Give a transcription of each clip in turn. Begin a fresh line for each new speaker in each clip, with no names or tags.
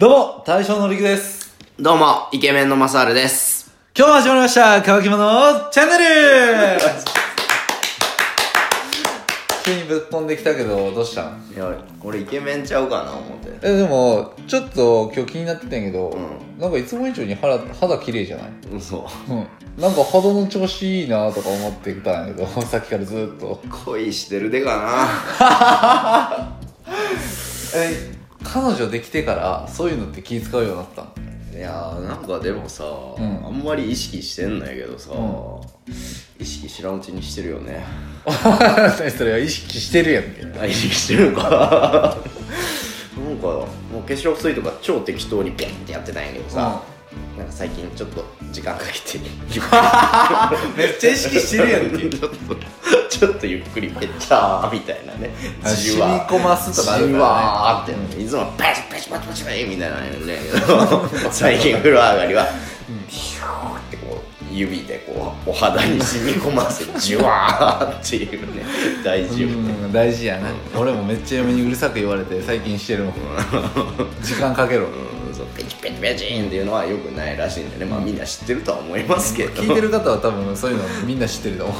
の大将のりくです。
どうも、イケメンのマサールです。
今日も始まりました、乾き物チャンネル急にぶっ飛んできたけど、どうしたん
いや、俺イケメンちゃうかな、思って。
え、でも、ちょっと今日気になってたんやけど、
う
なんかいつも以上に肌、肌綺麗じゃない
嘘。
うん。なんか肌の調子いいなとか思ってたんやけど、 さっきからずっと。
恋してるでか
え、彼女できてから、そういうのって気使うようになったの
な。いやー、なんかでもさ、
ん
あんまり意識してんのやけどさ、
う
意識知らんうちにしてるよね。
何 それは意識してるやんけ。
あ、意識してるのか。 なんか、もう化粧水とか超適当にビャンってやってたんやけどさ、なんか最近ちょっと時間かけて、
めっちゃ意識してるやんけ。
ちょっと、 ちょっとゆっくりめっちゃーみたいなね。
あ
じわー
染み込ますとかあるからね
じわーって、いつもパチパチパチパチパチみたいなのやるんだけ ど、最近風呂上がりは、ヒューってこう、指でこう、お肌に染み込ませて、じわーっていうね、大事よね。
うん大事やな、俺もめっちゃ嫁にうるさく言われて最近してるもん 時間かけろ
うんそうペチペチペチンっていうのはよくないらしいんでね、まあみんな知ってるとは思いますけど。
聞いて
る
る方は多分そういうのみんな知ってると思う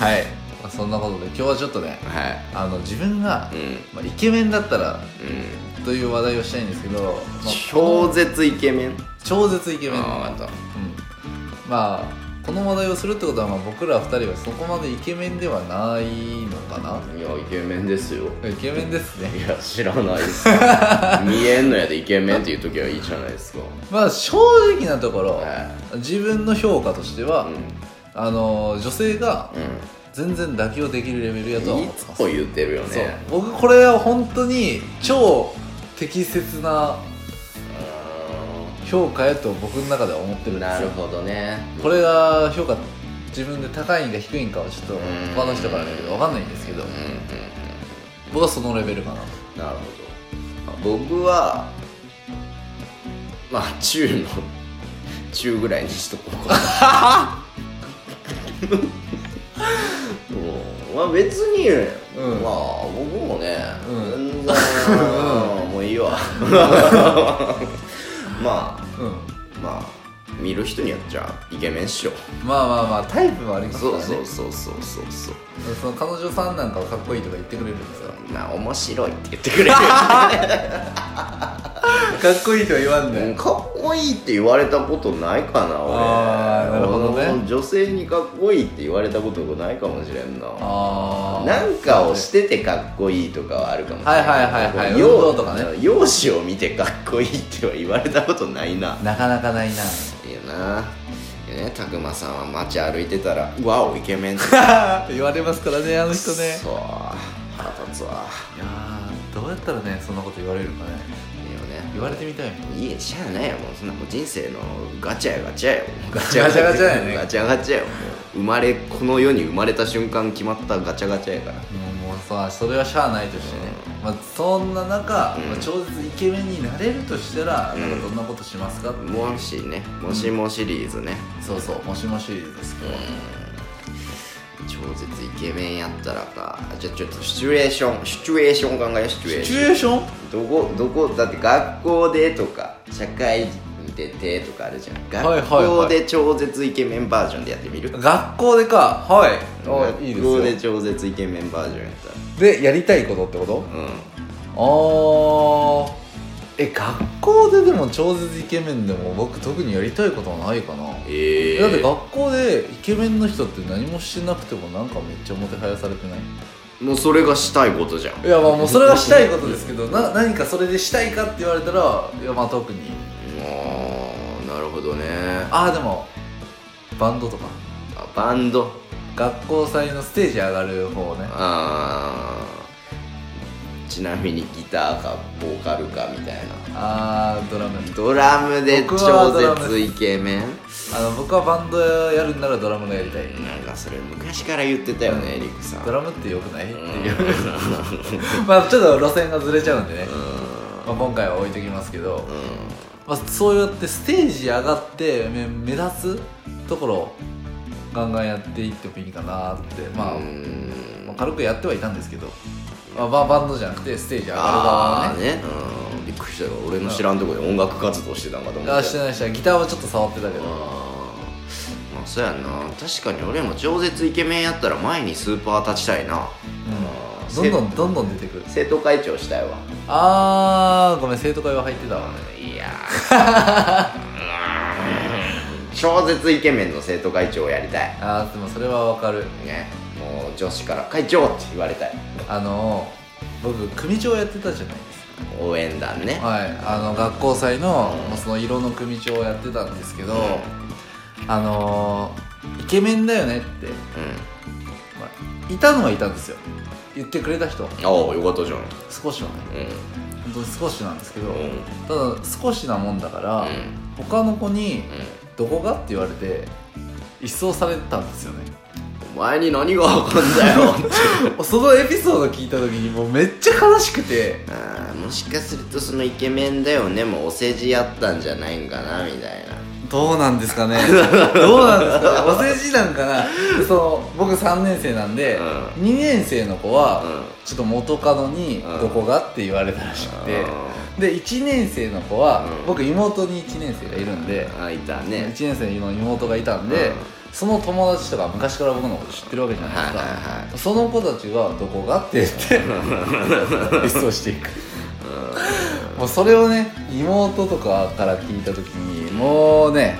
はい、まあそんなことで今日はちょっとね
はい。
あの自分が、
うん。
まあ、イケメンだったら
うん。
という話題をしたいんですけど、まあ
超絶イケメン。
超絶イケ
あ
メン、うん、
あ、わかった。
まあこの話題をするってことは、まあ、僕ら二人はそこまでイケメンではないのかない
やイケメンですよ
イケメンですね
いや知らないです見えんのやでイケメンっていう時はいいじゃないですか
まあ正直なところ、
は
自分の評価としては、
うん
あの女性が
う
全然妥協できるレベルやとは
んい
思っ
い
て
つ
ます
も言ってるよ
そう
ね
僕これは本当に超適切な評価やと僕の中では思って
う
るん
ーん
で
な
す
る
よ
ほどね
これが評価自分で高いんか低いんかはちょっと
ん
他の人からだけど分かんないんですけど
うんうん
僕はそのレベルかな
うんなるほど僕はまあ中の中ぐらいにしとこうかなうんまあ別に、
うん
まあ僕もね、
う
全然もういいわまあ
うん
まあ見る人によっちゃイケメンっしょ
まあまあまあタイプもありますから
そう
ね
そうそうそうそうそう
その彼女さんなんかはかっこいいとか言ってくれるんですよ
まあ面白いって言ってくれる
かっこいいとは言わん
うんかっこいいって言われたことないかな俺
あーなるほどね
俺も女性にかっこいいって言われたことないかもしれんな
ああ
なんかをしててかっこいいとかはあるかもしれな
は
い
いはいはいはい
容
運動とかね
容姿を見てかっこいいっては言われたことないな
なかなかないない
いよないやねたくまさんは街歩いて たら「わおイケメン」って
言われますからねあの人ね
そう腹立つわ
いやーどうやったらねそんなこと言われるかね
いいよね
言われてみたいもん
いいしゃあないよもうそんなもう人生のガチャやガチャやよガ
ガチャガチャやね
ガチャガチャやよもう生まれこの世に生まれた瞬間決まったガチャガチャやから
もうもうさそれはしゃあないとしてね、まあ、そんな中、
うん
まあ、超絶イケメンになれるとしたら、
うん
なんかどんなことしますかっていう
もしねもしもシリーズね、
そうそうもしもしですけど、
超絶イケメンやったらかじゃあちょっとシチュエーションシチュエーション考えようシチュエー
シチ
ション
ュエーション
どこどこだって学校でとか社会でてとかあるじゃん
はいはい
学校で超絶イケメンバージョンでやってみる、
学校でかはい
学
おいい
校で
です
超絶イケメンバージョンやったら
よでやりたいことってこ
う
とああえ学校ででも超絶イケメンでも僕特にやりたいことはないかなん
え
だって学校でイケメンの人って何もしてなくてもなんかめっちゃもてはやされてないい
もうそれがしたいことじゃん
やまあもうそれはしたいことですけどな何かそれでしたいかって言われたらいやまあ特に
あなるほどね
ああでもバンドとか
あバンド
学校祭のステージ上がる方ね
あーちなみにギターかボーカルかみたいな
あードラム
ドラムで
僕は
超
ドラム
絶イケメン
あの僕はバンドやるんならドラムがやりたい
なんかそれ昔から言ってたよね、エリックさん
ドラムってよく ないって
うん
いうまあちょっと路線がずれちゃうんでね、まあ、今回は置いときますけど、まあ、そうやってステージ上がって目目立つところをガンガンやっていってもいいかなって、まあ
うん
まあ軽くやってはいたんですけど、まあ、ババンドじゃなくてステージ上がる側
あ
は
ー
ね
ねうんくりしたよ俺の知らんとこで音楽活動してたんかと思って
あしてないしてないギターはちょっと触ってたけ
あ
ど
ーまあそうやんな確かに俺も超絶イケメンやったら前にスーパー立ちたいな
うんど
せ
んどんどんどん出てくる
生徒会長したいわ
あーごめん生徒会は入ってたわ
いやーうーん超絶イケメンの生徒会長をやりたい
あーでもそれはわかる
ねもう女子から「会長!」って言われたい
あの僕組長やってたじゃないですか
応援団ね
はいあの学校祭のまあその色の組長をやってたんですけど、あのーイケメンだよねって、
う
まあ、いたのはいたんですよ言ってくれた人
んああよかったじゃん
少しはね
う
本当に少しなんですけど、
んうん
ただ少しなもんだから、
うん
他の子に
うん
「どこが?」って言われて一掃されてたんですよね
お前に何が分かんだよ
そのエピソード聞いた時にもうめっちゃ悲しくて
あーもしかするとそのイケメンだよねもうお世辞やったんじゃないんかなみたいな
どうなんですかね どうなんですかねお世辞なんかなその僕3年生なんで、
う
2年生の子
う
は
ん
ちょっと元カノに
う
「
ん
どこが?」って言われたらしくて、で1年生の子は、
うん
僕妹に1年生がいるんで、
あーいた
ね
ね
1年生の妹がいたんで、
うん
その友達とか昔から僕のこと知ってるわけじゃないですか、
はいはいは
その子たちが「どこが?」って言って 一掃していくもうそれをね妹とかから聞いた時にもうね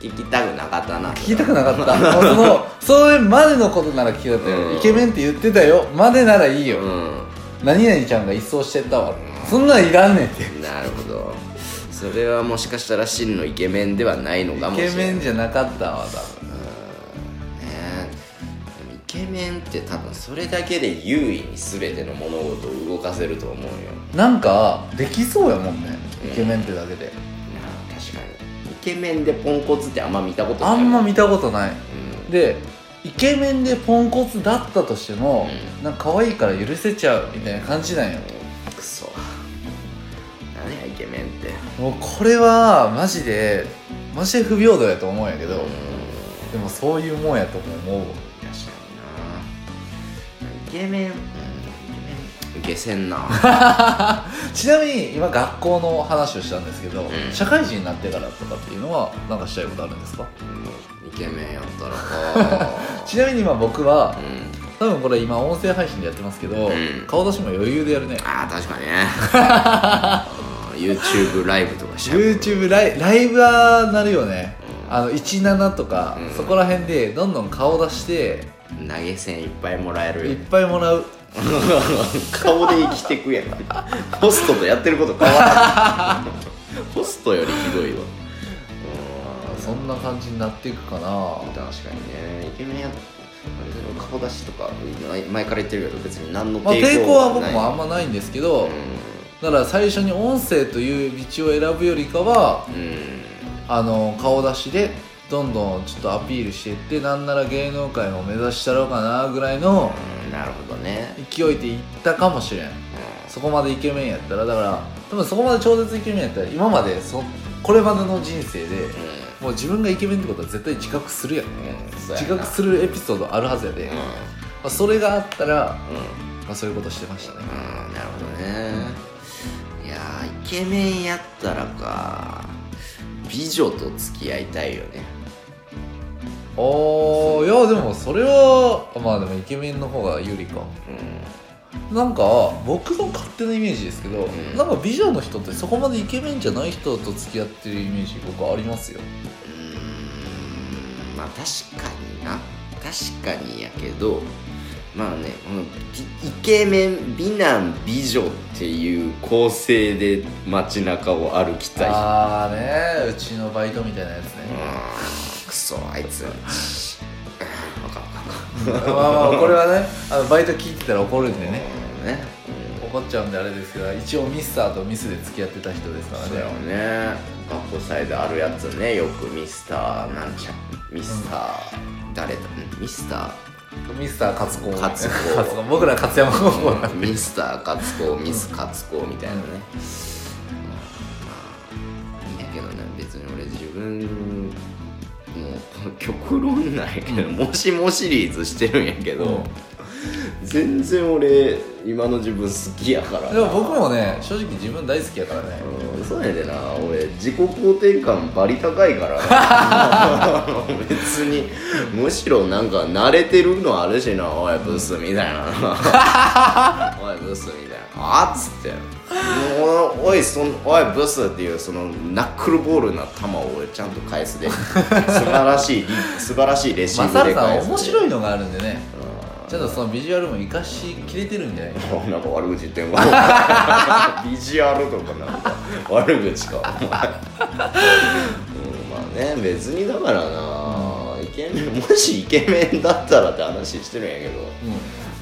聞きたくなかったな
聞きたくなかったもうそのそれまでのことなら聞きたかったよ、
うん
イケメンって言ってたよまでならいいよ、
う
何々ちゃんが一掃してったわそんなんいらんねんってイ
んなるほどそれはもしかしたら真のイケメンではないのかもしれ
ケ
ない
メンじ
ゃ
ゃなかったわ多分
ねでもイケメンって多分それだけで優位に全ての物事を動かせると思うよ
なんかできそうやもんねイケメンってだけで、
なあ確かにイケメンでポンコツってあんま見たことない
あんま
うん
見たことないでイケメンでポンコツだったとしても、なんか可愛いから許せちゃうみたいな感じなんよ
クソ何やイケメンって
もうこれはマジでマジで不平等やと思うんやけど、
うん
でもそういうもんやとも思う
確かになイケメン、うん、イケメン下せんなあ
ちなみに今学校の話をしたんですけど、
ん
社会人になってからとかっていうのはなんかしたいことあるんですか
イケメンやったらか
ちなみに今僕は
うん
多分これ今音声配信でやってますけど、
ん
顔出しも余裕でやるね
ああ確かにねうん YouTube ライブとかしちゃう
YouTube ライライブはなるよね、
うん
あの17とか、
うん
そこら辺でどんどん顔出して
投げ銭いっぱいもらえる
いっ
よ
ぱいもらう
顔で生きてくやんホストとやってること変わらん ホストよりひどいわ
そんな感じになっていくかな
確かにねイケメンや顔出しとか前から言ってるけど別に何の
まあ、抵抗
抵抗
は
は
僕
ない、
もあんまないんですけど、だから最初に音声という道を選ぶよりかは
うん、うん
あの顔出しでどんどんちょっとアピールしていってなんなら芸能界も目指したろうかなぐらいの
うんなるほどね、
勢いでいったかもしれんそこまでイケメンやったらだから多分そこまで超絶イケメンやったら今までそこれまでの人生で
うんうん
もう自分がイケメンってことは絶対自覚するやん
うんそうや
自
な
覚するエピソードあるはずやで、
うん
まあ、それがあったら、
うん
まあ、そういうことしてましたね
うんなるほどねいやーイケメンやったらか美女と付き合いたいよね
おーいやでもそれはまあでもイケメンの方が有利か
うん
なんか僕の勝手なイメージですけど、
ん
なんか美女の人ってそこまでイケメンじゃない人と付き合ってるイメージ僕ありますよ
まあ確かにな確かにやけどまあねこのイイケメン美男美女っていう構成で街中を歩きたい
ああねうちのバイトみたいなやつね、
うんクソあいつうんわかんわかんわかん
まあまあこれはねあのバイト聞いてたら怒るんでね
うんねうん
怒っちゃうんであれですけど一応ミスターとミスで付き合ってた人ですから
そうよ
ね
ね学校祭であるやつねよくミスターなんちゃミスター、誰だんミスタ
ミスター勝子
勝子
勝子僕ら勝山高校なんで
ー、ミスター勝子ミス勝子みたいなね、まあいいんやけどね別に俺自分もう極論なんやけど、もしもシリーズしてるんやけど、
うん
全然俺今の自分好きやから
でも僕もね正直自分大好きやからね
うんそうやでな俺自己肯定感バリ高いから 別にむしろなんか慣れてるのあるしなおいブスみ たいなおいブスみたいなあっつってもうおいそんおいブスっていうそのナックルボールな球を俺ちゃんと返すで素晴らしいリ素晴らしいレシ
マ
ー
サ
ブ
ル
で
さん
返す
面
い
白いのがあるんでねちょっとそのビジュアルも生かしきれてるんじゃない
なんか悪口言ってんわビジュアルとかなんか悪口かお前、うん、まあね別にだからなイケメンもしイケメンだったらって話してるんやけど
う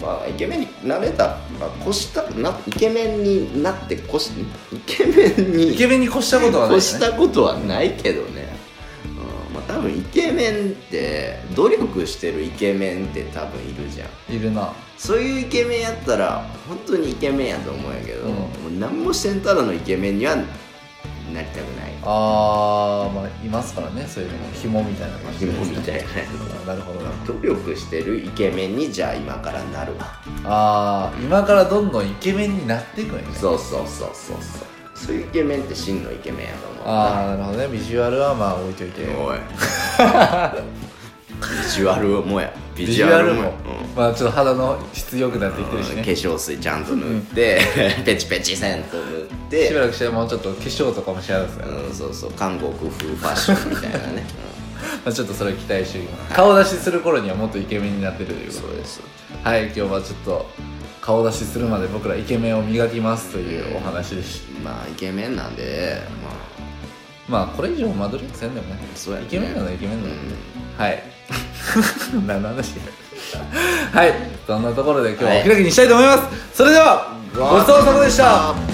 まあイケメンになれたら、まあ、越したなイケメンになって越しイケメン
ん
に
イケメンに越したことはない
越
よ
し
ね
たことはないけどね、うん、まあ多分イケメンって努力してるイケメンって多分いるじゃん
いるな
そういうイケメンやったら本当にイケメンやと思うんやけど、
うん
もう何もしてんただのイケメンにはなりたくない
あーまあいますからねそういうのも紐みたいな感じ
紐みたいな
なるほどな
努力してるイケメンにじゃあ今からなるわ
あー今からどんどんイケメンになっていくんやね
そうそうそうそうそうそういうイケメンって真のイケメンやと思う
ああなるほどねビジュアルはまあ置いといて
おいビジュアルもやビ
ビジュアル
や
も、まあちょっと肌の質良くなってきてるし
うん
ね
化粧水ちゃんと塗って、ペチペチせんと塗って
しばらくしてもうちょっと化粧とかもしないですから、
うん、そうそう韓国風ファッションみたいなね、うん
まあ、ちょっとそれ期待しておきます顔出しする頃にはもっとイケメンになってるというこ
そ
と
う
で
です
はい今日はちょっと顔出しするまで僕らイケメンを磨きますというお話でし
まあイケメンなんでま
まあこれ以上マドリックせんでもね
あそうや、ね、
イケメンなのイケメン
う
なの、
ん
はい 何の話はいそんなところで今日はお開きにしたいと思います、それではごちそうさまでした